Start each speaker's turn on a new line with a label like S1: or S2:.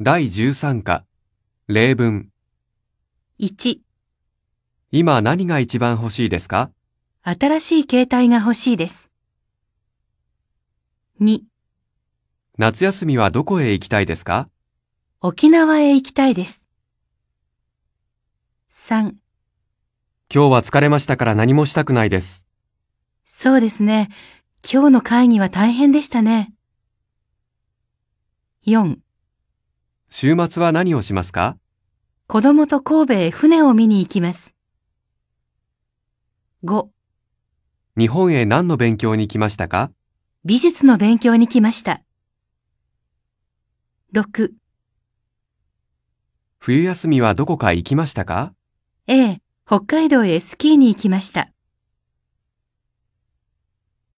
S1: 第13課、例文。
S2: 1、
S1: 今何が一番欲しいですか
S2: 新しい携帯が欲しいです。2、
S1: 夏休みはどこへ行きたいですか
S2: 沖縄へ行きたいです。3、
S1: 今日は疲れましたから何もしたくないです。
S2: そうですね。今日の会議は大変でしたね。4、
S1: 週末は何をしますか
S2: 子供と神戸へ船を見に行きます。5、
S1: 日本へ何の勉強に来ましたか
S2: 美術の勉強に来ました。6、
S1: 冬休みはどこか行きましたか
S2: A、北海道へスキーに行きました。